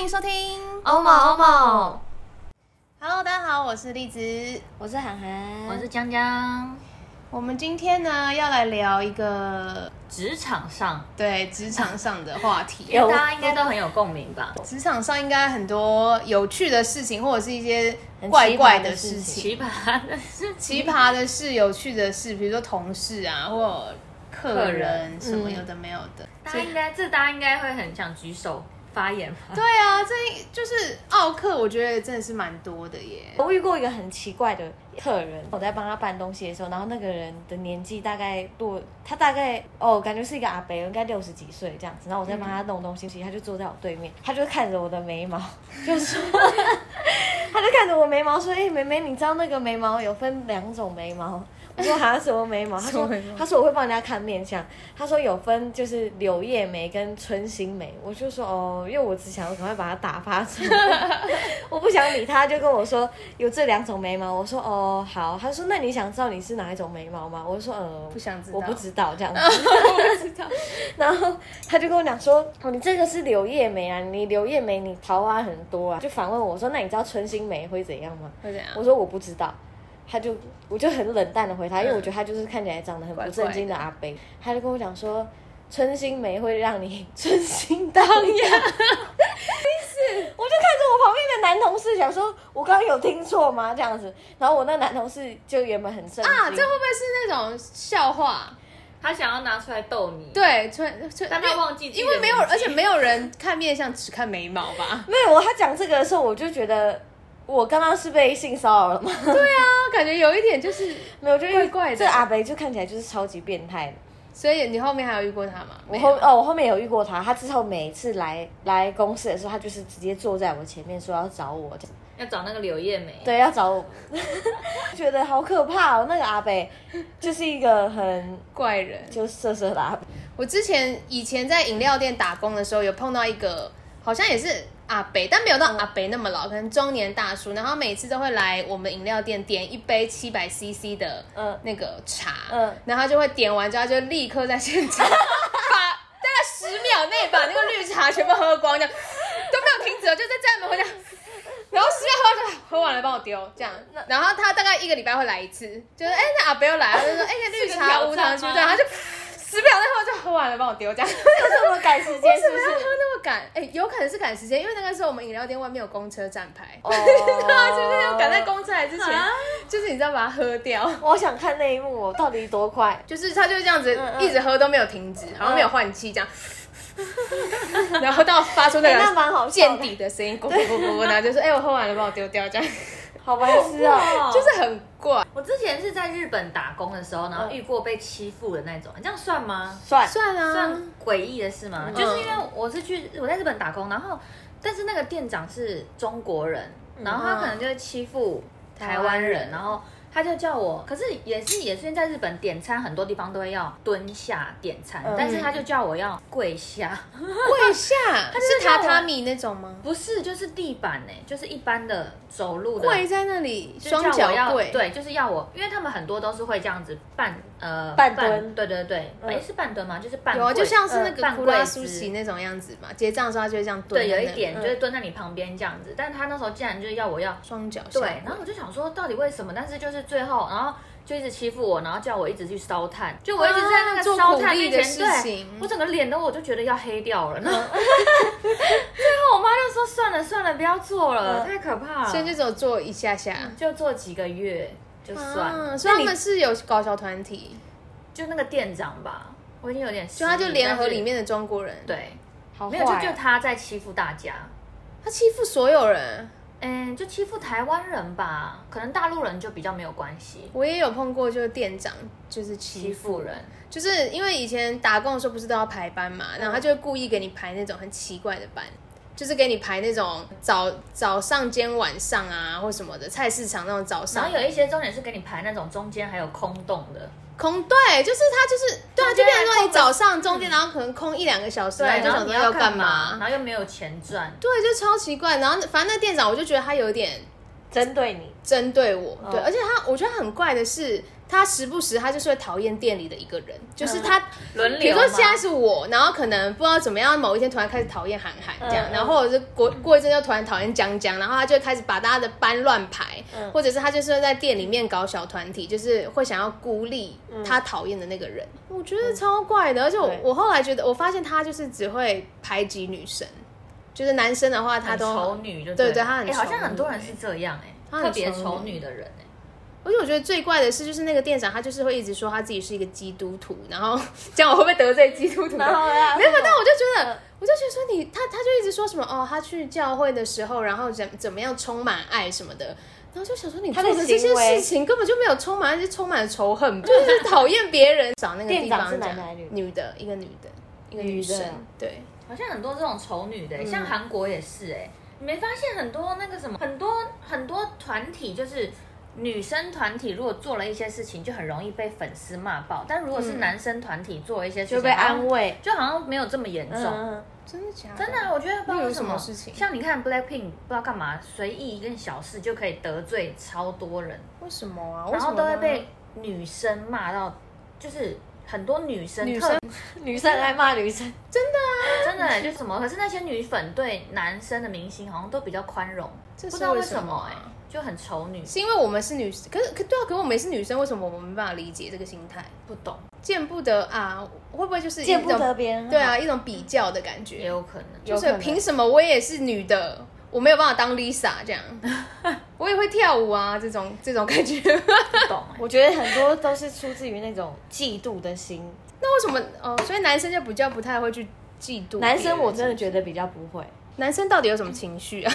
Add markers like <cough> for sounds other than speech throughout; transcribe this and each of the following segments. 迎收听欧某欧某， Hello，大家好，我是栗子。我是涵涵，我是江江。我们今天呢要来聊一个职场上，对职场上的话 <laughs> 题。有大家应该都很有共鸣吧？职场上应该很多有趣的事情，或者是一些很怪怪奇葩的的事事情、情奇葩的事奇情，葩的事、有趣的事，比如说同事啊，或客客人人什么嗯有的没有的。大家应该这大家应该会很想举手发言吧？ <laughs> 对啊，这就是奥克，我觉得真的是蛮多的耶。我遇过一个很奇怪的客人，我在帮他搬东西的时候，然后那个人的年纪大概落，他大概哦，感觉是一个阿伯，应该六十几岁这样子。然后我在帮他弄东西，他就坐在我对面，他就看着我的眉 <laughs> 毛，就说， <laughs> 他就看着我眉毛说：“哎、妹妹，你知道那个眉毛有分两种眉毛？”我说：“好像什么 <laughs> 眉毛？”他什么说眉毛：“他说我会帮人家看面相。”他说有分就是柳叶眉跟春心眉。我就说：“哦，因为我只想要赶快把它打发出来。” <laughs> 我不想理他，就跟我说有这两种眉毛。我说哦好，他说那你想知道你是哪一种眉毛吗？我就说呃不想知道我不知道这样 <laughs> 子。 <laughs> 然后他就跟我讲说哦你这个是柳叶眉啊，你柳叶眉你桃花很多啊，就反问我说那你知道春心眉会怎样吗？会怎样？我说我不知道。他就我就很冷淡的回他，因为嗯我觉得他就是看起来长得很怪不怪正经的的阿伯，他就跟我讲说，春心梅会让你 <laughs> 春 <laughs> 心荡漾。意思， <laughs> 我就看着我旁边的男同事，想说我刚刚有听错吗？这样子，然后我那男同事就原本很震惊，？啊，这会不会是那种笑话？他想要拿出来逗你，，对，春春，但他因为忘记自己因为的没有，年纪而且没有人看面相只看眉毛吧没有我他讲这个的时候，我就觉得我刚刚是被性骚扰了吗？ <laughs> 对啊，感觉有一点就是，没有，就因为怪怪的这阿伯就看起来就是超级变态的。所以你后面还有遇过他吗？我没后有哦，我后面有遇过他，他之后每次来来公司的时候，他就是直接坐在我前面说要找我，要找那个柳叶眉，，对，要找我， <laughs> 觉得好可怕哦。那个阿北就是一个很怪人。就色色的阿北，我之前以前在饮料店打工的时候，有碰到一个，好像也是阿北，但没有到阿北那么老，可能中年大叔。然后每次都会来我们饮料店点一杯七百 CC 的嗯那个茶，嗯然后他就会点完之后，他就立刻在现 <laughs> 场把大概十秒内把那个绿茶全部喝光，这样都没有停止哦，就在家里面回家。然后十秒喝就喝完了，帮我丢这样。然后他大概一个礼拜会来一次，就是哎、那阿北又来了，他就说哎、那绿是个挑茶战无糖区吗对， <laughs> 他就十秒内后就喝完了，帮我丢这样。就是我赶时间，是为什不么要喝是？那么赶？哎、有可能是赶时间，因为那个时候我们饮料店外面有公车站牌， <laughs> 哦，啊，就是要赶在公车来之 <laughs> 前，啊就是你知道把它喝掉。 <laughs> 我好想看那一幕哦，到底多快？就是他就是这样子嗯嗯一直喝都没有停止，好像没有换气这样， <laughs> 然后到发出那 <laughs> 哎那蛮好个笑见的底的声音，咕咕咕咕咕，然后就说：“哎，我喝完了，帮我丢掉。” <laughs> 这样好白痴哦！哦，就就是是很怪，我之前是在日本打工的时候，然嗯后遇过被欺负的那种，这样算吗？算算啊算，诡异的事吗？嗯就是因为我是去我在日本打工，然后但是那个店长是中国人，然后他可能就会欺负台湾台湾人，人然后他就叫我，可是也是也是因为在日本点餐很多地方都会要蹲下点餐，嗯但是他就叫我要跪下，跪下 <laughs> 就是是叫榻我榻米那种吗？不是就是地板呢、就是一般的走路的。跪在那里，就叫我双脚要跪，对，就是要我，因为他们很多都是会这样子半呃半蹲对对对，哎、嗯是半蹲吗？就是半有啊，就跪像是那呃个半库跪拉姿苏西那种样子嘛。结账的时候他就会这样蹲对，在有那里，一点嗯就是蹲在你旁边这样子，但他那时候竟然就要我要双脚下对，然后我就想说到底为什么？但是就是最后，然后就一直欺负我，然后叫我一直去烧炭，就我一直在那啊个做烧苦炭力面的前，事对情，嗯我整个脸都我就觉得要黑掉了。然后 <laughs> 最后我妈就说算了算了，不要做了，嗯太可怕了，所以就只有做一下下。就做几个月就算了，啊，所以他那你们是有搞小团体，就那个店长吧，我已经有点就他就失忆联合但是里面的啊中国人，对，好没坏有哦，就就他在欺负大家。他欺负所有人。嗯，就欺负台湾人吧，可能大陆人就比较没有关系。我也有碰过，就是店长就是欺欺负，负人，就是因为以前打工的时候不是都要排班嗯嘛，然后他就会故意给你排那种很奇怪的班。就是给你排那种早早上兼晚上啊，或什么的菜市场那种早然上后，有一些重点是给你排那种中间还有空洞的，空对，就是他就是对啊，就中间变成还说你空个早上中间，然后可能空一两个小时，对，你就然想后你说要干干嘛，然后又没有钱赚，对，就超奇怪。然后反正那店长，我就觉得他有点针对你，针对我，哦对，嗯而且他我觉得很怪的是，他时不时他就是会讨厌店里的一个人，就是他嗯轮流比如说吗现在是我，然后可能不知道怎么样，某一天突然开始讨厌韩寒这样，嗯嗯然后或者是过过一阵又突然讨厌江江，然后他就会开始把大家的班乱排，嗯或者是他就是会在店里面搞小团体，就是会想要孤立嗯他讨厌的那个人，我觉得超怪的，而且我对我后来觉得，我发现他就是只会排挤女生，就是男生的话他很都丑女就对对对，他很哎好丑像很女多人是这样哎、他很特别丑丑女女的人哎、而且我觉得最怪的是，就是那个店长，他就是会一直说他自己是一个基督徒，然后这样我会不会得罪基督徒？然后嗯呀，没有，但我就觉得，我就觉得说你他他就一直说什么哦，他去教会的时候，然后怎怎么样充满爱什么的，然后就想说你他做的的这些行为事情根本就没有充满爱，是充满了仇恨，就是讨厌别人。找那个地店长方是男讲的还是女的女的，一个女的，一个女女的生，对，好像很多这种丑女的、欸嗯像韩国也是哎、你没发现很多那个什么，很多很多团体就是女生团体，如果做了一些事情，就很容易被粉丝骂爆；但如果是嗯男生团体做了一些事情，就被安慰，就好像，就好像没有这么严重。嗯，真的假的？真的啊、我觉得不知道为什例如什么么事情像你看 Blackpink 不知道干嘛，随意一件小事就可以得罪超多人，为什么啊？为然什么后都会呢被女生骂到，就是很多女生女特生女生爱骂女生，真 <laughs> 的就什么，可是那些女粉对男生的明星好像都比较宽容，这不是知道为为什什么么啊哎、就很丑女，是因为我们是女，生，可是可对啊，可我们也是女生，为什么我们没办法理解这个心态？不懂见不得啊，会不会就是一见不种得别人好对啊，一种比较的感也觉，有可能。就有可是能凭什么我也是女的，我没有办法当 Lisa 这样， <laughs> 我也会跳舞啊，这种这种感觉。 <laughs> 不懂、欸，我觉得很多都是出自于那种嫉妒的心。那为什么哦？所以男生就比较不太会去嫉妒别人，男生我真的觉得比较不会，男生到底有什么情绪啊？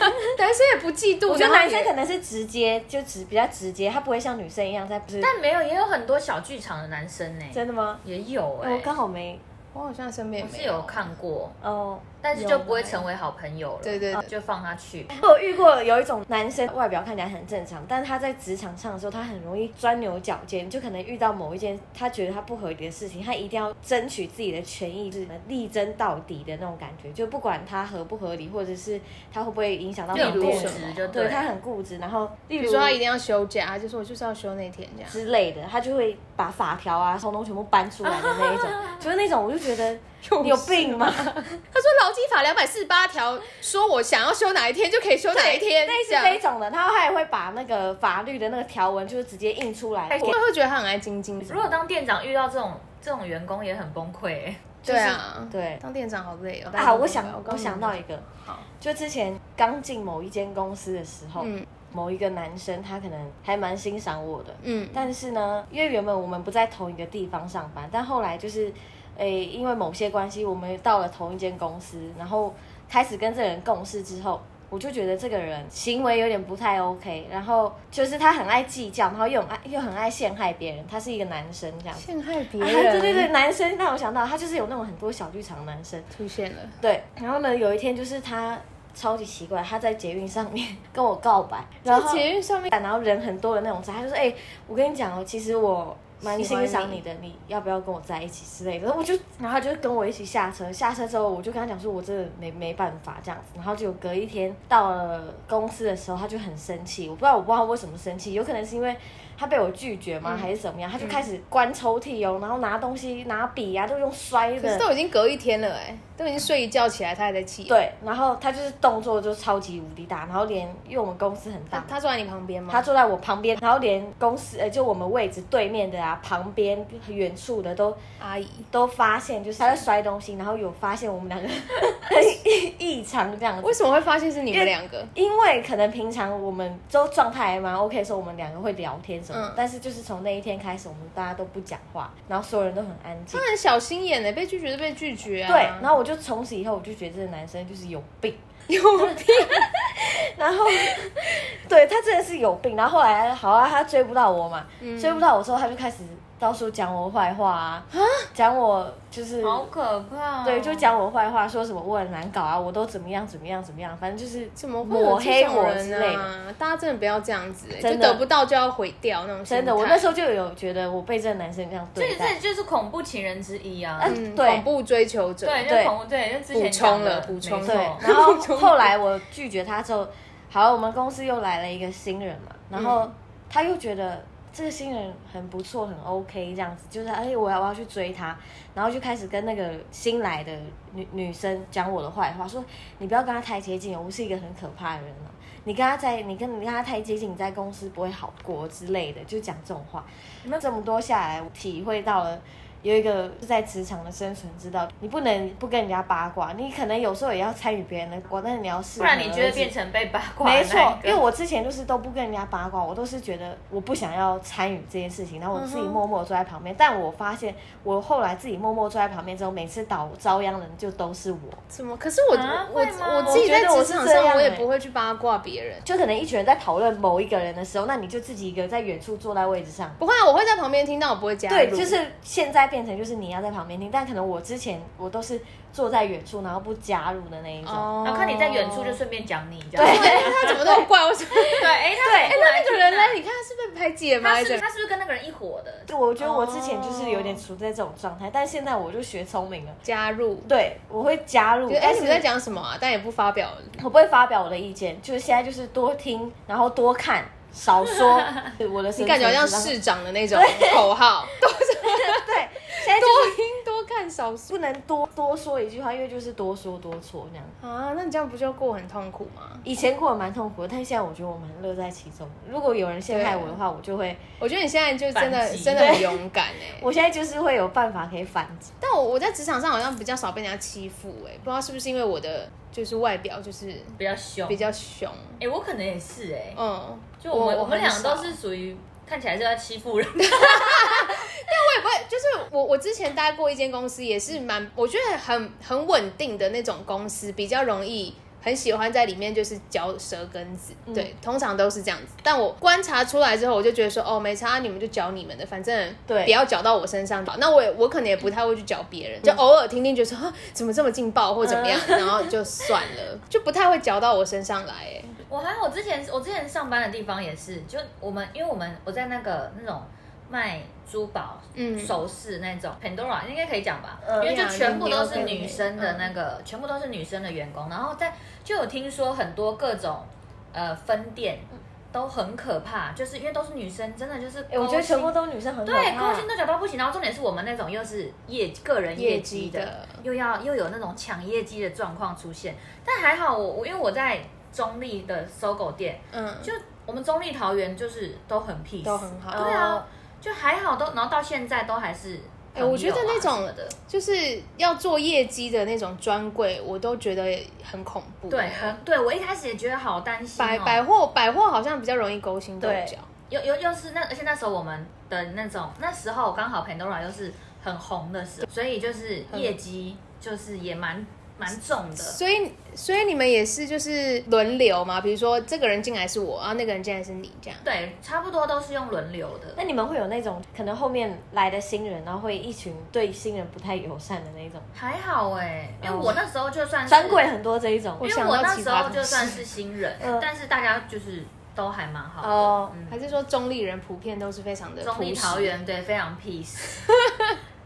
<laughs> 男生也不嫉妒，我觉然得后也男生可能是直接就直比较直接，他不会像女生一样在不是。但没有，也有很多小剧场的男生呢、真的吗？也有哎、我刚好没我好像身边我哦也是没有有。看过，哦，但是就不会成为好朋友了。对对对就放他去。 <laughs> 我有遇过有一种男生，外表看起来很正常，但他在职场上的时候，他很容易钻牛角尖，就可能遇到某一件他觉得他不合理的事情，他一定要争取自己的权益，就是力争到底的那种感觉，就不管他合不合理，或者是他会不会影响到就很别人固执就对对他很固执，然后比例如如说他一定要休假，他就说我就是要休那天这样。之类的，他就会把法条啊、通通全部搬出来的那一 <laughs> 种，就是那种我就觉得你有病吗？他说劳基法两百四十八条说我想要休哪一天就可以休哪一天， <laughs> 类似这样这一种的，他还会把那个法律的那个条文就是直接印出来，哎我会觉得他很爱晶晶。如果当店长遇到这种这种员工也很崩溃、欸，对啊，对当店长好累哦。啊，我想告我诉你想到一个，好，就之前刚进某一间公司的时候，嗯某一个男生他可能还蛮欣赏我的，嗯，但是呢，因为原本我们不在同一个地方上班，但后来就是，诶，因为某些关系，我们到了同一间公司，然后开始跟这个人共事之后。我就觉得这个人行为有点不太 OK，然后就是他很爱计较，然后又很爱又很爱陷害别人。他是一个男生这样子，陷害别啊人， <laughs> 对对对，，男生让我想到他就是有那种很多小剧场的男生，出现了，对，然后呢，有一天就是他超级奇怪，他在捷运上面 <laughs> 跟我告白，然后捷运上面然后人很多的那种站，他就说：“哎、我跟你讲哦，其实我蛮欣赏你的，你要不要跟我在一起之类的？”然后我就，然后他就跟我一起下车，下车之后我就跟他讲说：“我真的没没办法这样子。”然后就隔一天到了公司的时候，他就很生气，我不知道我不知道为什么生气，有可能是因为。他被我拒绝吗，嗯还是怎么样？他就开始关抽屉哦，然后拿东西、拿笔呀、啊，都用摔的。可是都已经隔一天了，哎，都已经睡一觉起来，他还在气。，对，然后他就是动作就超级无敌大，然后连因为我们公司很大，他坐在你旁边吗？他坐在我旁边，然后连公司呃就我们位置对面的啊，旁边远处的都阿姨，都发现，就是他在摔东西，然后有发现我们两个 <laughs> 很异异常这样子为。什么会发现是你们两个？因为可能平常我们都状态还蛮 OK 的时候，我们两个会聊天什么嗯的，但是就是从那一天开始，我们大家都不讲话，然后所有人都很安静他。很小心眼的，被拒绝就被拒绝啊。对，然后我就从此以后我就觉得这个男生就是有病， <laughs> 有病， <laughs> 然后，对他真的是有病。然后后来，好啊，他追不到我嘛，嗯追不到我之后，他就开始到处讲我坏话啊，讲我嗯就是，好可怕、哦哦对，就。讲我坏话，说什么我很难搞啊，我都怎么样怎么样怎么样，反正就是怎么会抹有这黑种我之类人的。啊？大家真的不要这样子，哎就真的得不到就要毁掉那种心态。真的，我那时候就有觉得我被这个男生这样这对这待，就是恐怖情人之一啊！嗯嗯对恐怖追求者，对，就对恐怖对，就之补前充讲的了补充没这对错。了然后后来我拒绝他之后，好，我们公司又来了一个新人嘛，然后嗯他又觉得这个新人很不错，很 OK 这样子，就是哎，我要我要去追他，然后就开始跟那个新来的女女生讲我的坏话，说你不要跟他太接近，我是一个很可怕的人哦、你跟他在，你跟你跟他太接近，你在公司不会好过之类的，就讲这种话。那这么多下来，我体会到了有一个在职场的生存之道，你不能不跟人家八卦，你可能有时候也要参与别人的卦，但是你要适不可然你就而会止变成被八卦没的那一个。错，因为我之前就是都不跟人家八卦，我都是觉得我不想要参与这件事情，然后我自己嗯哼默默坐在旁边。但我发现，我后来自己默默坐在旁边之后，每次倒遭殃的人就都是我，怎么？可是我、啊我会吗我自己在我觉得我职是场这样上，我也欸不会去八卦别人。就可能一群人在讨论某一个人的时候，那你就自己一个在远处坐在位置上。不会、啊，我会在旁边听，但我不会加入。对，就是现在变成就是你要在旁边听，但可能我之前我都是坐在远处，然后不加入的那一种。哦然后看你在远处就顺便讲你，这对样对， <laughs> 他怎么那么怪？我怎么？对，哎，他对哎那那个人呢呢？？你看他是被排挤了吗？他还是不是是他是不是跟那个人一伙的？就我觉得我之前就是有点处在这种状态，但现在我就学聪明了。加入？哦对，我会加入就，哎、但你是们在讲什么啊？但也不发表。我不会发表我的意见，就是现在就是多听，然后多看，少 <laughs> 说。对我的你感觉好像是市长的那种口号，多 <laughs> 对，现在就多听多看少说不能多多说一句话，因为就是多说多错那样。啊。那你这样不就过很痛苦吗？以前过得蛮痛苦的，但现在我觉得我蛮乐在其中的。如果有人陷害我的话，我就会，我觉得你现在就真反的击真的很勇敢哎、我现在就是会有办法可以反击。但我我在职场上好像比较少被人家欺负哎、不知道是不是因为我的就是外表就是比较凶，比较凶，哎，我可能也是哎，嗯，就我们我我们很俩少都是属于看起来是要欺负人的，不会，就是我我之前待过一间公司，也是蛮我觉得很很稳定的那种公司，比较容易。很喜欢在里面就是嚼舌根子，嗯对，通常都是这样子。但我观察出来之后，我就觉得说，哦，没差，你们就嚼你们的，反正对不要嚼到我身上吧。那我也我可能也不太会去嚼别嗯人，就偶尔听听，觉得说啊怎么这么劲爆或怎么样，然后就算了，就不太会嚼到我身上来。哎，我还好，我之前我之前上班的地方也是，就我们因为我们我在那个那种卖珠宝、嗯首饰那种 Pandora 应该可以讲吧，嗯因为就全部都是嗯女生的那个，全部都是女生的员工，然后在就有听说很多各种呃分店都很可怕，就是因为都是女生，真的就是哎、我觉得勾心全部都是女生很可对，啊怕勾。心斗角到不行。然后重点是我们那种又是业个人业绩的，业绩的又要又有那种抢业绩的状况出现。但还好我，我因为我在中立的搜狗店，嗯，就我们中立桃园就是都很 peace，都很哦好对啊，就还好都，然后到现在都还是哎朋友啊什么的。我觉得那种的就是要做业绩的那种专柜，我都觉得很恐怖。对，很对我一开始也觉得好担心、哦，百百货百货好像比较容易勾心斗角对，又又又是那，而且那时候我们的那种，那时候刚好 Pandora 又是很红的时候，所以就是业绩就是也蛮蛮重的。所以所以你们也是就是轮流嘛，比如说这个人进来是我，然后那个人进来是你这样。对，差不多都是用轮流的。哎那你们会有那种可能后面来的新人，然后会一群对新人不太友善的那种，还好哎、哦因为我那时候就算是专柜，很多这一种。因为想我到那奇葩时候同事就算是新人，嗯但是大家就是都还蛮好的。哦嗯还是说中立人普遍都是非常的中立朴实桃园对非常 peace，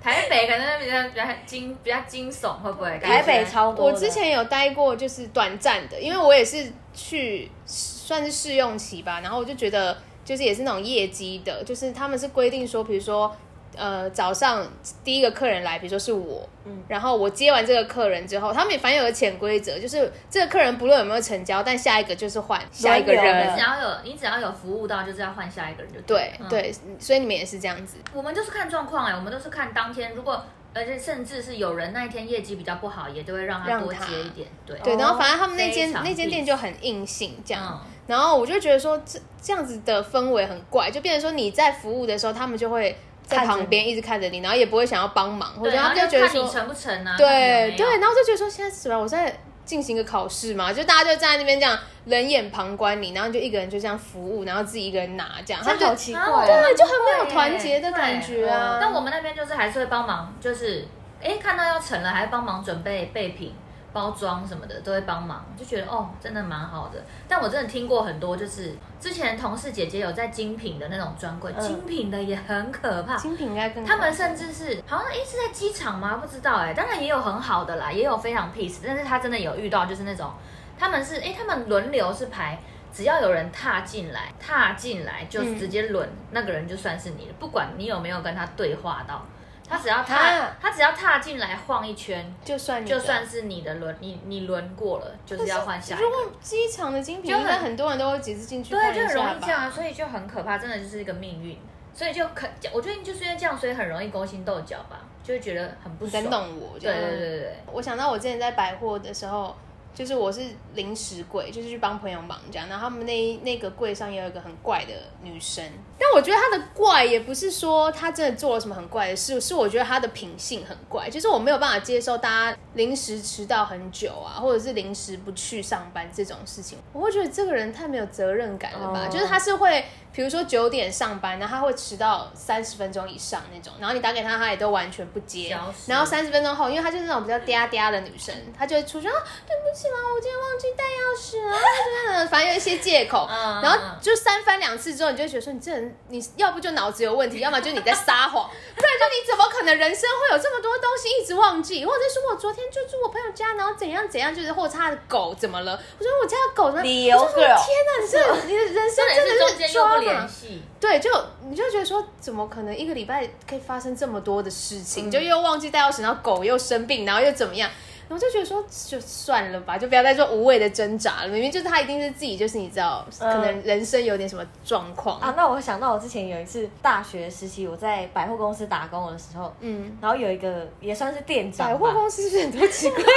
台北可能比较比较惊比较惊悚，会不会？台北感觉超多我的之前有待过，就是短暂的，因为我也是去算是试用期吧，然后我就觉得就是也是那种业绩的，就是他们是规定说，比如说呃早上第一个客人来，比如说是我，嗯，然后我接完这个客人之后，他们也反正有个潜规则，就是这个客人不论有没有成交，但下一个就是换下一个轮流只的人。要有你只要有服务到，就是要换下一个人就对了嗯对，所以你们也是这样子，我们就是看状况哎、我们都是看当天，如果而且甚至是有人那一天业绩比较不好，也都会让他让多他接一点。对对，然后反正他们那哦非间常那间店 peace 就很硬性这样，嗯，然后我就觉得说这这样子的氛围很怪，就变成说你在服务的时候，他们就会在看着你旁边一直看着你，然后也不会想要帮忙，或对，者然他后们就觉就得看你说，成不成啊？看对你有对没有，然后就觉得说现在是什么？我在进行一个考试嘛，就大家就站在那边这样冷眼旁观你，然后你就一个人就这样服务，然后自己一个人拿这样，他们这就好奇怪、然后我哦。对就很没有团结的感觉啊。但我们那边就是还是会帮忙，就是哎看到要成了，还帮忙准备备品。包装什么的都会帮忙，就觉得哦，真的蛮好的。但我真的听过很多，就是之前同事姐姐有在精品的那种专柜，嗯精品的也很可怕，精品应该更他们甚至是好像诶是在机场吗？不知道哎、当然也有很好的啦，也有非常 peace，但是他真的有遇到就是那种他们是诶，他们轮流是排只要有人踏进来，踏进来就直接轮、那个人就算是你的，不管你有没有跟他对话到，他只要踏、啊他只要踏进来晃一圈，就算你的就算是你的轮，你你轮过了，就是要换下一如个。果机场的精品，就很应该很多人都会几次进去对，看一就下吧很容易这样啊，所以就很可怕，真的就是一个命运。所以就可，我觉得就是因为这样，所以很容易勾心斗角吧，就会觉得很不你爽。等等我，这对样对对对对，我想到我之前在百货的时候，就是我是零食柜，就是去帮朋友忙这样，然后他们那一那个柜上也有一个很怪的女生，但我觉得她的怪也不是说她真的做了什么很怪的事，是我觉得她的品性很怪，就是我没有办法接受大家临时迟到很久啊，或者是临时不去上班这种事情，我会觉得这个人太没有责任感了吧，哦就是他是会。比如说九点上班，然后他会迟到三十分钟以上那种，然后你打给他，他也都完全不接消，失然后三十分钟后，因为她就是那种比较嗲嗲的女生，她就会出去啊，对不起嘛，我今天忘记带钥匙了，啊就是反正有一些借口。嗯然后嗯就三番两次之后，你就会觉得说，你这人，你要不就脑子有问题，要么就你在撒谎，不然就你怎么可能人生会有这么多东西一直忘记？或者是我昨天就住我朋友家，然后怎样怎样，就是或者他的狗怎么了？我说我家的狗呢？理由我就说 girl 天哪，你这你的人生重点真是的中是间又不 drama 联系。对，就你就觉得说，怎么可能一个礼拜可以发生这么多的事情？就又忘记带钥匙，然后狗又生病，然后又怎么样？然后就觉得说，就算了吧，就不要再做无谓的挣扎了。明明就是他一定是自己，就是你知道，嗯可能人生有点什么状况啊，那我想到我之前有一次大学时期，我在百货公司打工的时候，嗯，然后有一个也算是店长吧，百货公司是不是很多奇怪的？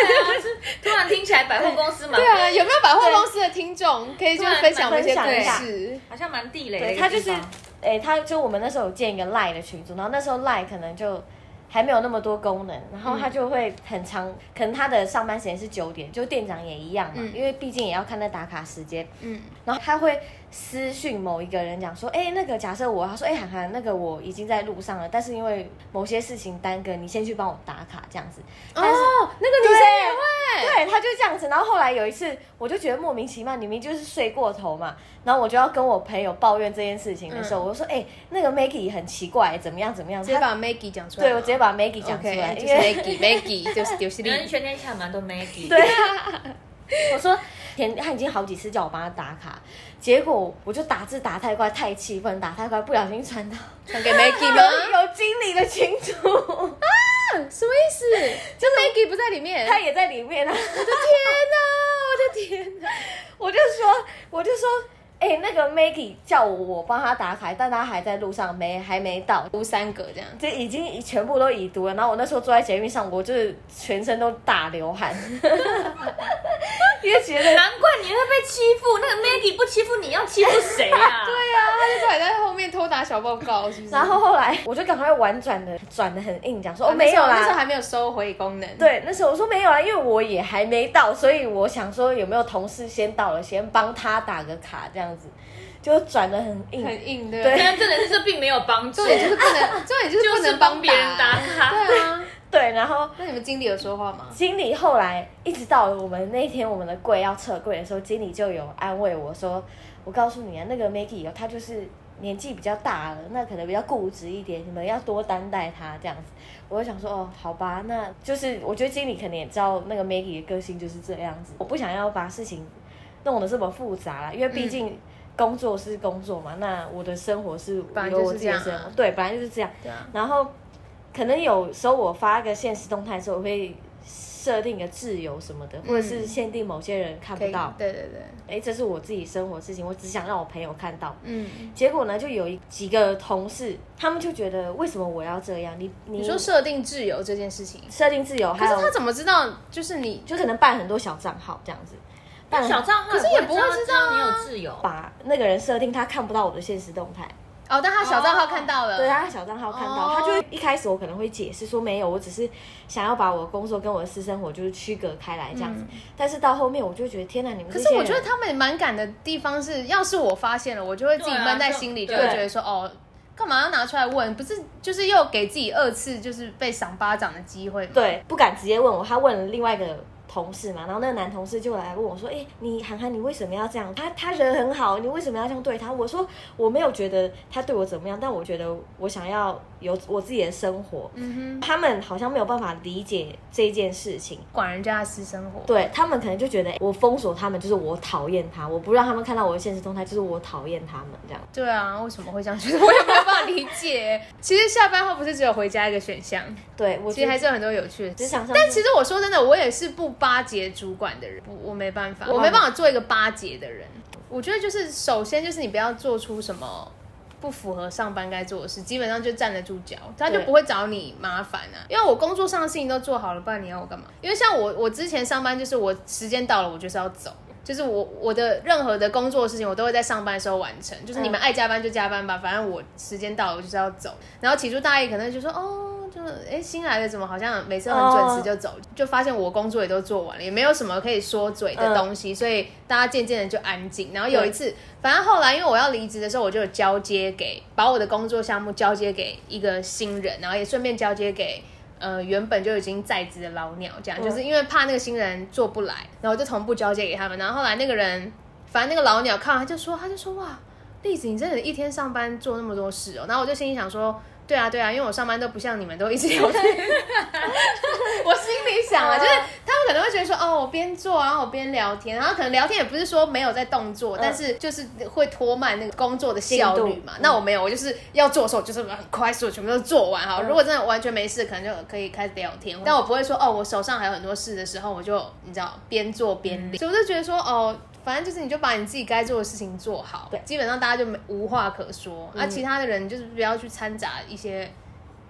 突然听起来百货公司 <laughs> 蛮对啊，有没有百货公司的听众可以就是分享我们一些故分享事？好像蛮地雷的对一他个地方。就是，哎、他就我们那时候有建一个 Line 的群组，然后那时候 Line 可能就还没有那么多功能，然后他就会很长，可能他的上班时间是九点，就店长也一样嘛，嗯因为毕竟也要看那打卡时间，嗯，然后他会私讯某一个人讲说，哎、那个假设我，他说，哎、涵涵，那个我已经在路上了，但是因为某些事情耽搁，你先去帮我打卡这样子。哦，那但个是、女生也会，嗯对，他就这样子。然后后来有一次，我就觉得莫名其妙，你明明就是睡过头嘛。然后我就要跟我朋友抱怨这件事情的时候，我就说：“哎、那个 Maggie 很奇怪，怎么样怎么样？”嗯直接他把 Maggie 讲出来吗。对我直接把 Maggie 讲出 OK，<laughs> 来，就是因为 Maggie，Maggie 就是丢失因为力。全天下蛮多 Maggie。对，我说前他已经好几次叫我帮他打卡，结果我就打字打太快，太气愤，打太快，不小心传到传给 Maggie 吗？有有经理的群 <laughs> 主，什么意思？ <laughs> 这 Maggie 不在里面？ <laughs> 他也在里面啊。天哪！我的天哪！ <laughs> 我就说，我就说，哎、那个 Maggie 叫我我帮他打卡，但他还在路上，没还没到。读三个这样，这已经全部都已读了，然后我那时候坐在捷运上，我就是全身都大 <laughs> 流汗，因为觉得难怪你会被欺负，那个 Maggie 不欺负你，要欺负 <laughs> 谁啊？对啊，他就还在后面偷打小报告，是不是？然后后来我就赶快婉转的转的很硬，讲说哦哦没有那时候啦，还没有收回功能。，对，那时候我说没有啦，因为我也还没到，所以我想说有没有同事先到了，先帮他打个卡这样子，就转的很硬，很硬，对不对对。但真的是并没有帮助重，点就是不 <laughs> 能，重点就是就不是能帮别人打打。卡。对啊，对，然后那你们经理有说话吗？经理后来一直到我们那天我们的柜要撤柜的时候，经理就有安慰我说：“我告诉你啊，那个 Maggie 哦，她就是年纪比较大了，那可能比较固执一点，你们要多担待她这样子。”我就想说：“哦，好吧，那就是我觉得经理可能也知道那个 Maggie 的个性就是这样子，我不想要把事情弄得这么复杂啦，因为毕竟工作是工作嘛，那我的生活是本来有就是我自己的这样生活，啊对，本来就是这样。”对啊，然后可能有时候我发个现实动态的时候，我会设定个自由什么的，或者是限定某些人看嗯可不以到。。对对对，哎，这是我自己生活事情，我只想让我朋友看到。嗯。结果呢，就有一几个同事，他们就觉得为什么我要这样？你你你说设定自由这件事情，设定自由，可还是有他怎么知道？就是你就可能办很多小账号这样子，办小账号，可是也不会知知道道你啊有自由。把那个人设定他看不到我的现实动态。哦，但他小账号看到了，对，他在小账号看到，呃哦他就会一开始我可能会解释说没有，我只是想要把我的工作跟我的私生活就是区隔开来这样子。但是到后面我就觉得天哪，你们嗯可这是些我人觉得他们蛮敢的地方是，要是我发现了，我就会自己对啊闷在就心里，就对会觉得说哦，干嘛要拿出来问？不是就是又给自己二次就是被赏巴掌的机会吗？对不敢直接问我，他问了另外一个。同事嘛，然后那个男同事就来问我说：“哎、你涵涵，你为什么要这样？他他人很好，你为什么要这样对他？”我说：“我没有觉得他对我怎么样，但我觉得我想要有我自己的生活。”嗯哼，他们好像没有办法理解这件事情，管人家的私生活，对他们可能就觉得我封锁他们就是我讨厌他，我不让他们看到我的现实动态就是我讨厌他们这样。对啊，为什么会这样觉得？ <laughs> 我也没有办法理解。其实下班后不是只有回家一个选项，对我其实还是是有很多有趣的职事。场上，但其实我说真的，我也是不巴结主管的人，我我没办法，我没办法做一个巴结的人。我觉得就是首先就是你不要做出什么不符合上班该做的事，基本上就站得住脚，他就对不会找你麻烦啊。因为我工作上的事情都做好了，不然你要我干嘛？因为像我，我之前上班就是我时间到了，我就是要走。就是我我的任何的工作的事情，我都会在上班的时候完成。就是你们嗯爱加班就加班吧，反正我时间到了，我就是要走。然后起初大一可能就说，哦，就是哎新来的怎么好像每次都很哦准时就走，就发现我工作也都做完了，也没有什么可以说嘴的嗯东西，所以大家渐渐的就安静。然后有一次，反正后来因为我要离职的时候，我就有交接给把我的工作项目交接给一个新人，然后也顺便交接给。呃，原本就已经在职的老鸟，这样、嗯就是因为怕那个新人做不来，然后我就同步交接给他们。然后后来那个人，反正那个老鸟看完他就说，他就说哇，栗子，你真的一天上班做那么多事哦、然后我就心里想说，对啊对啊，因为我上班都不像你们都一直聊天，我心里想啊，就是他们可能会觉得说，哦，我边做然后我边聊天，然后可能聊天也不是说没有在动作，嗯但是就是会拖慢那个工作的效率嘛进度。那我没有，我就是要做的时候我就是很快速地全部都做完哈。嗯如果真的完全没事，可能就可以开始聊天，但我不会说哦，我手上还有很多事的时候，我就你知道边做边嗯聊，所以我就觉得说哦。反正就是，你就把你自己该做的事情做好对，嗯基本上大家就没无话可说。啊，其他的人就是不要去掺杂一些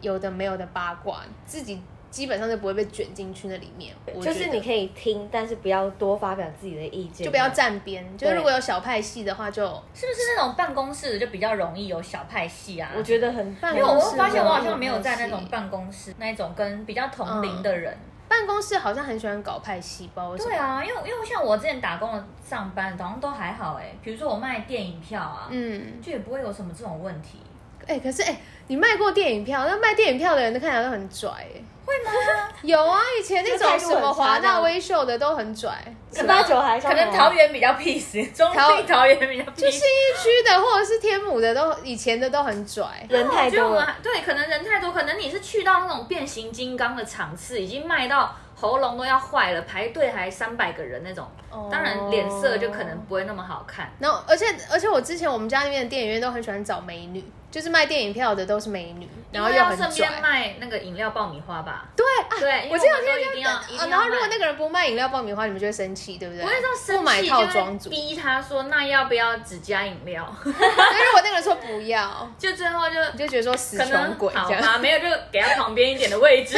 有的没有的八卦，自己基本上就不会被卷进去那里面。我觉就得是你可以听，但是不要多发表自己的意见，就不要站边，就是如果有小派系的话就，是不是那种办公室的就比较容易有小派系啊？我觉得很，办因为我公室会发现我好像的没有在那东种西办公室那一种跟比较同龄的人。办公室好像很喜欢搞派系，不知道为什么。对啊，因为因为像我之前打工的上班，好像都还好哎、比如说我卖电影票啊，嗯，就也不会有什么这种问题。哎、可是哎、你卖过电影票？那卖电影票的人都看起来都很拽、哎会吗？有啊，以前那种就态度什很么华差这纳样威秀的都很拽，十八九还可能桃园比较 peace，中桃立桃园比较 peace。就信义区的或者是天母的都以前的都很拽。人太我觉得多我们了，还对，可能人太多，可能你是去到那种变形金刚的场次，已经卖到喉咙都要坏了，排队还三百个人那种，当然脸色就可能不会那么好看。然后，而且而且我之前我们家那边的电影院都很喜欢找美女，就是卖电影票的都是美女，然后因又为要很顺拽便。卖那个饮料爆米花吧。对对，因为我这两们天都一定要，一定要啊，然后如果卖那个人不卖饮料爆米花，你们就会生气，对不对？不会到生气，不买套装就组。会逼他说那要不要只加饮料？ <laughs> 但如果那个人说不要，就最后就你就觉得说死可穷能鬼好这样。吧，没有就给他旁边一点的 <laughs> 位置。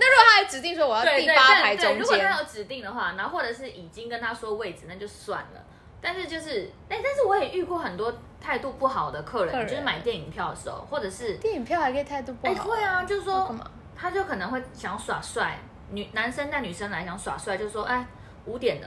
那如果他还指定说我要对第对八但排对，中如果他间，有指定的话，然后或者是已经跟他说位置，那就算了。但是就是，哎、但是我也遇过很多态度不好的客人，客人就是买电影票的时候，或者是电影票还可以态度不哎、好。会啊，就是那干说嘛？他就可能会想要耍帅，女男生带女生来想耍帅，就说哎五点的，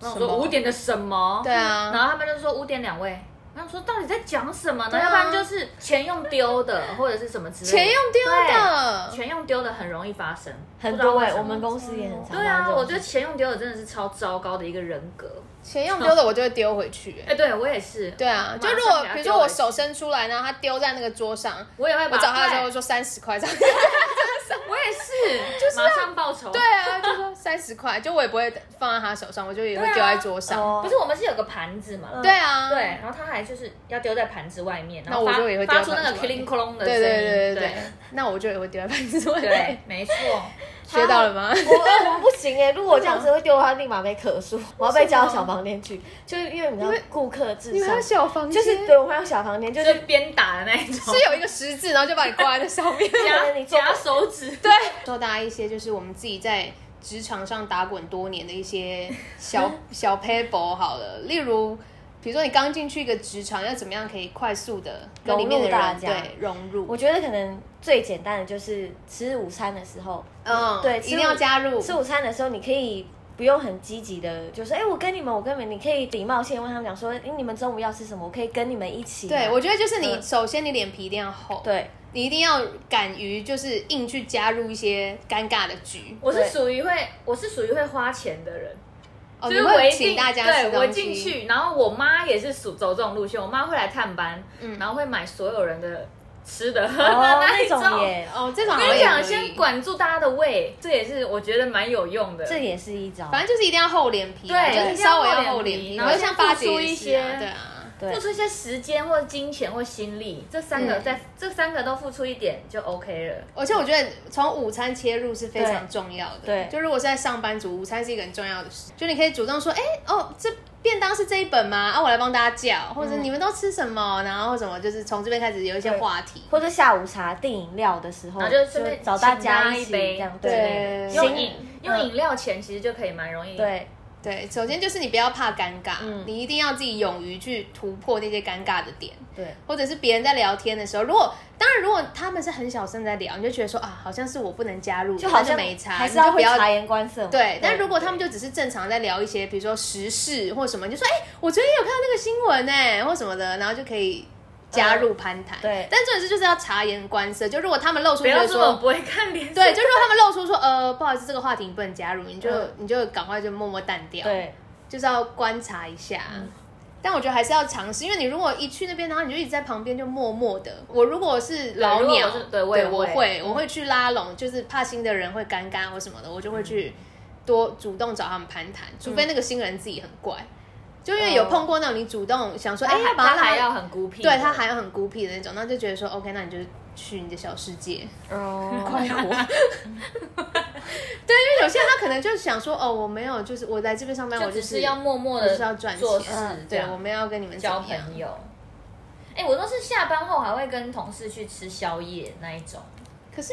那我什么说五点的什么？对啊然后他们就说五点两位。然后说到底在讲什么呢？对啊要不然就是钱用丢的，或者是什么之类的。钱用丢对，的，欸钱用丢的很容易发生，很不知道多为哎、什么我们公司也很常对发生啊，这我种觉得钱用丢的真的是超糟糕的一个人格。钱用丢的我就会丢回去。哎、哎对我也是。对啊， <laughs> 我马就上如果给他比如丢说我回去手，伸出来，然后他丢在那个桌上，我也会把我找他的时候对说三十块这样。 <laughs> 我也是，就是马上报仇。对，啊，就说三十块，就我也不会放在他手上，我就也会丢在桌上。哦不是我们是有个盘子嘛？对啊，对，然后他还就是要丢在盘子外面，然那后我发就也会丢在发出那盘个子外 cling clong 的声对对音。对对对对那我就也会丢在盘子外。对，没错。 <laughs> 学到了吗？我 <laughs> 我们不行哎、如果我这样子会丢的话，立马被可数，我要被叫到小房间去，就是因为你知道顾客至你们上有，小房就间，是对我们还有小房间，就就是是鞭打的那一种，是有啊一个十字，然后就把你挂在那上面。可能 <laughs> 夹你做夹手指。对，教大家一些就是我们自己在职场上打滚多年的一些 <laughs> 小小 paper 好了，例如。比如说你刚进去一个职场，要怎么样可以快速的跟里面的融入大人家对融入？我觉得可能最简单的就是吃午餐的时候，嗯，对一定要加入。吃午餐的时候你可以。不用很积极的，就是哎、我跟你们，我跟你们，你可以礼貌性问他们讲说，哎、你们中午要吃什么？我可以跟你们一起。呃对，我觉得就是你嗯首先你脸皮一定要厚，对，你一定要敢于就是硬去加入一些尴尬的局。我是对属于会，我是属于会花钱的人，哦，就你是我会一请定大家吃对我东进西。去，然后我妈也是属走这种路线，我妈会来探班，嗯然后会买所有人的吃的喝的哦， <laughs> 那那一种。种耶，哦，这种好我像跟你也可讲，以先，管住大家的胃，这也是我觉得蛮有用的。这也是一招。反正就是一定要厚脸皮啊，对就是稍微一定要要厚厚脸脸皮，皮然然后后像先八付姐出也一是些啊对啊，对付出一些时间或金钱或心力，这三个嗯在、这三个都付出一点就 OK 了。而且我觉得从午餐切入是非常重要的。对对就如果是在上班族，午餐是一个很重要的事。就你可以主动说，哎、哦，这便当是这一本吗？啊，我来帮大家嗯叫，或者你们都吃什么，然后什么，就是从这边开始有一些对话题。或者下午茶订饮料的时候，然后就顺便找大请家一起杯这样之类的对用行饮用饮料钱其实就可以蛮容易。，对嗯对，首先就是你不要怕尴尬，嗯你一定要自己勇于去突破那些尴尬的点。对或者是别人在聊天的时候，如果当然，如果他们是很小声在聊，你就觉得说啊，好像是我不能加入，就好那像没差，还是你要就不会要察言观色嘛。对，但如果他们就只是正常在聊一些，比如说时事或什么，你就说哎、我昨天有看到那个新闻呢、哎或什么的，然后就可以加入攀谈。对但重点是就是要察言观色，就如果他们露出不要觉得说我说。不会看脸。 <laughs> <laughs> 对，就如果他们露出说，呃，不好意思，这个话题你不能加入，你就、嗯你就赶快就默默淡掉，，对就是要观察一下。但我觉得还是要尝试，因为你如果一去那边，然后你就一直在旁边就默默的。我如果是老如果鸟我是，对嗯对，我也我会会，嗯我会去拉拢，就是怕新的人会尴尬或什么的，我就会去多主动找他们攀谈，除非那个新人自己很怪，就因为有碰过那种你主动想说，哎、他把他拉还要很孤僻，对他还要很孤僻的那种，那就觉得说，OK，那你就去你的小世界。哦，快 <laughs> 活，对，因为有些人他可能就想说，哦，我没有，就是我来这边上班，我就就只是是要默默我就的是要赚做钱，事嗯，这对，样我们要跟你们交怎么样朋友。哎、我都是下班后还会跟同事去吃宵夜那一种。可是，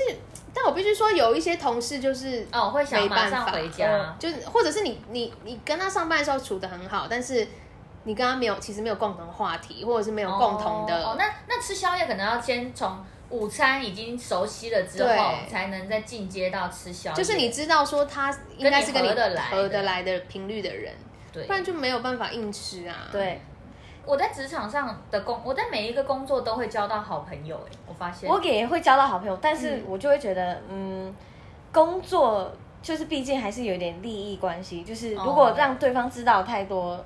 但我必须说，有一些同事就是哦，我会想没马办上法嗯回家。就是或者是你你你跟他上班的时候处的很好，但是你跟他没有其实没有共同话题，或者是没有共同的。哦，哦那那吃宵夜可能要先从午餐已经熟悉了之对后，才能再进阶到吃宵夜。就是你知道说他应该是跟你跟你合得来的合得来的频率的人，对不，然就没有办法硬吃啊。，对。我在职场上的工，我在每一个工作都会交到好朋友、哎，我发现我也会交到好朋友，但是嗯我就会觉得，嗯，工作就是毕竟还是有点利益关系，就是如果哦让对方知道太多，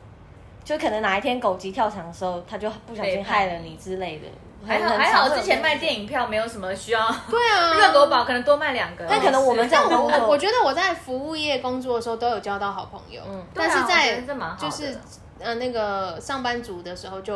就可能哪一天狗急跳墙的时候，他就不小心背叛害了你之类的。还好很哦很还好，常会有之前卖电影票没有什么需要 <laughs> 对啊，热狗堡，可能多卖两个。但可能我们这样工我我作，觉得我在服务业工作的时候都有交到好朋友，嗯对啊但是我觉在得这蛮好就的是呃那个上班族的时候就，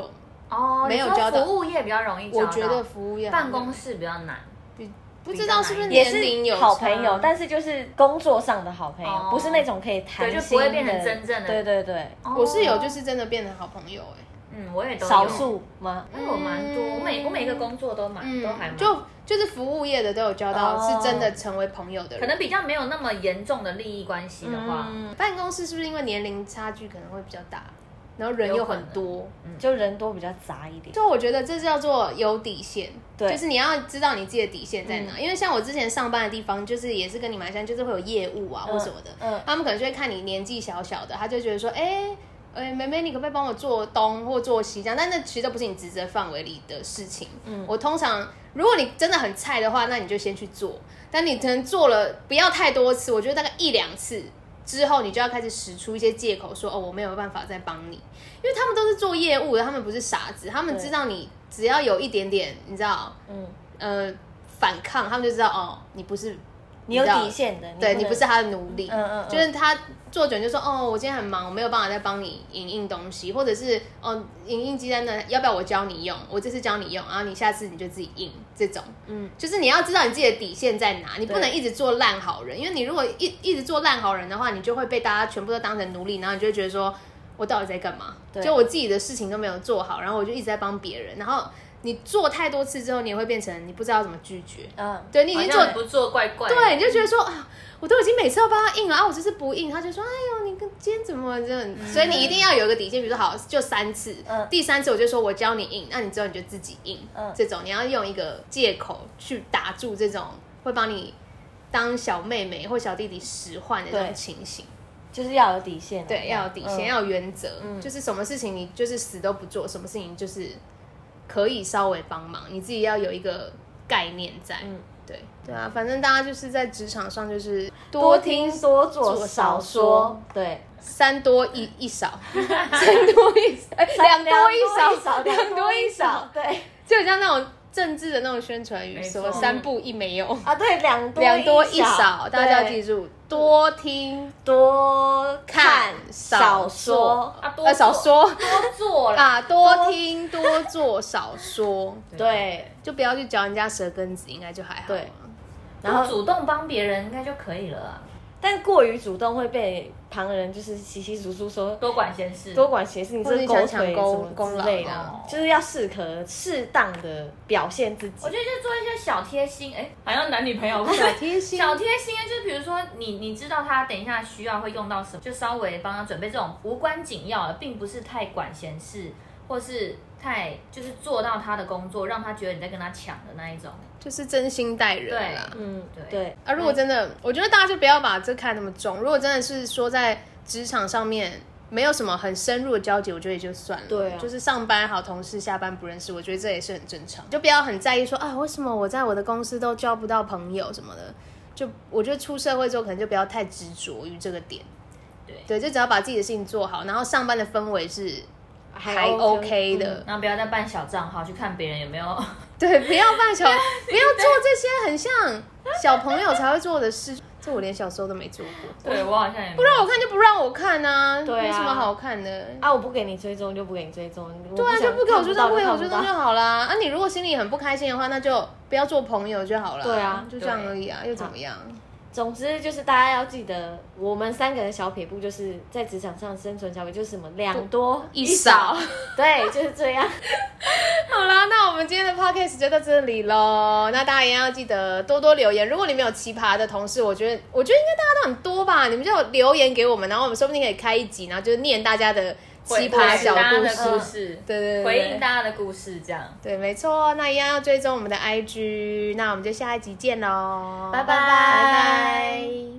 哦，没有你说交到服务业比较容易交我到，觉得服务业好像办公室比较难。比不知道是不是也年龄是有好差朋友，但是就是工作上的好朋友，哦不是那种可以谈心对的，就不会变成真正的对对对，哦我是有，就是真的变成好朋友哎、嗯，我也都有少，数吗？因为我蛮多，嗯我每我每个工作都蛮都还蛮就就是服务业的都有交到，哦是真的成为朋友的人。可能比较没有那么严重的利益关系的话，嗯，办公室是不是因为年龄差距可能会比较大，然后人又很多，嗯就人多比较杂一点。就我觉得这叫做有底线，对嗯就是你要知道你自己的底线在哪。因为像我之前上班的地方，就是也是跟你蛮像，就是会有业务啊或什么的，嗯他们可能就会看你年纪小小的，他就觉得说，哎、哎、妹妹，你可不可以帮我做东或做西这样？但那其实都不是你职责范围里的事情。嗯，我通常如果你真的很菜的话，那你就先去做。但你可能做了不要太多次，我觉得大概一两次之后，你就要开始使出一些借口说，哦，我没有办法再帮你，因为他们都是做业务的，他们不是傻子，他们对知道你只要有一点点，你知道，嗯，呃，反抗，他们就知道哦，你不是你有知道底线的，对能你不是他的奴隶，嗯嗯嗯就是他做卷就说哦，我今天很忙，我没有办法再帮你影印东西，或者是哦，影印机在那，要不要我教你用？我这次教你用，然后你下次你就自己印这种，嗯嗯，就是你要知道你自己的底线在哪，你不对能一直做烂好人，因为你如果一一直做烂好人的话，你就会被大家全部都当成奴隶，然后你就会觉得说我到底在干嘛？对就我自己的事情都没有做好，然后我就一直在帮别人，然后你做太多次之后，你也会变成你不知道怎么拒绝。嗯，对你已好经像做不做怪怪的，对，你就觉得说啊，我都已经每次都帮他印了啊，我就是不印，他就说哎呦，你跟今天怎么这样？所以你一定要有一个底线，比如说好，就三次，嗯第三次我就说我教你印，那你之后你就自己印，嗯这种你要用一个借口去打住这种会帮你当小妹妹或小弟弟使唤的这种对情形。就是要有底线啊，对，要有底线，嗯要有原则，就是什么事情你就是死都不做，什么事情就是可以稍微帮忙，你自己要有一个。概念在。嗯对对啊，反正大家就是在职场上就是多多听听多做做少少说说，对，三多一一少， <laughs> 三多一哎两多一少，少，两多一少，对就很像那种政治的那种宣传语，没说错三不一没有，啊，对，两多两多一少，大家要记住，住多听多看看少少说说，啊，多呃少做 <laughs> 说 <laughs> 多做啦，啊，多听多做少说，对，就不要去嚼人家舌根子，应该就还好。啊对，然然后后主动帮别人应该就可以了啊，但过于主动会被旁人就是稀稀疏疏说。多管闲事，多管闲事，你或者这你狗想腿抢什功么功之劳类的哦啊，就是要适可适当的表现自己哦我。觉得就做一些小贴心，哎、好像男女朋友小贴心小贴心啊，就是比如说你你知道他等一下需要会用到什么，就稍微帮他准备这种无关紧要的，并不是太管闲事，或是太就是做到他的工作，让他觉得你在跟他抢的那一种。就是真心待人啦。嗯，对对啊，如果真的，我觉得大家就不要把这看那么重。如果真的是说在职场上面没有什么很深入的交集，我觉得也就算了。对啊就是上班好同事，下班不认识，我觉得这也是很正常。就不要很在意说啊，为什么我在我的公司都交不到朋友什么的。就我觉得出社会之后，可能就不要太执着于这个点。对对，就只要把自己的事情做好，然后上班的氛围是还还嗯 OK 的，然后不要再办小账号去看别人有没有，对，不要扮小，不要做这些很像小朋友才会做的事。这我连小时候都没做过，对 <laughs> 我好像也不不让我看就不让我看啊，对啊有什么好看的？嗯啊，我不给你追踪就不给你追踪，对对啊，就不给我追踪，不给我追踪就好。好啦。啊，你如果心里很不开心的话，那就不要做朋友就好了。对啊就这样而已啊，又怎么样？总之就是大家要记得，我们三个的小撇步就是在职场上生存小撇，就是什么两多一少。对，就是这样。好啦，那我们今天的 podcast 就到这里喽。那大家一样要记得多多留言。如果你们有奇葩的同事，我觉得我觉得应该大家都很多吧，你们就留言给我们，然后我们说不定可以开一集，然后就念大家的奇葩小故的故事。事，对对对，回应大家的故事这样。对，没错。那一样要追踪我们的 IG，那我们就下一集见喽，拜拜拜拜。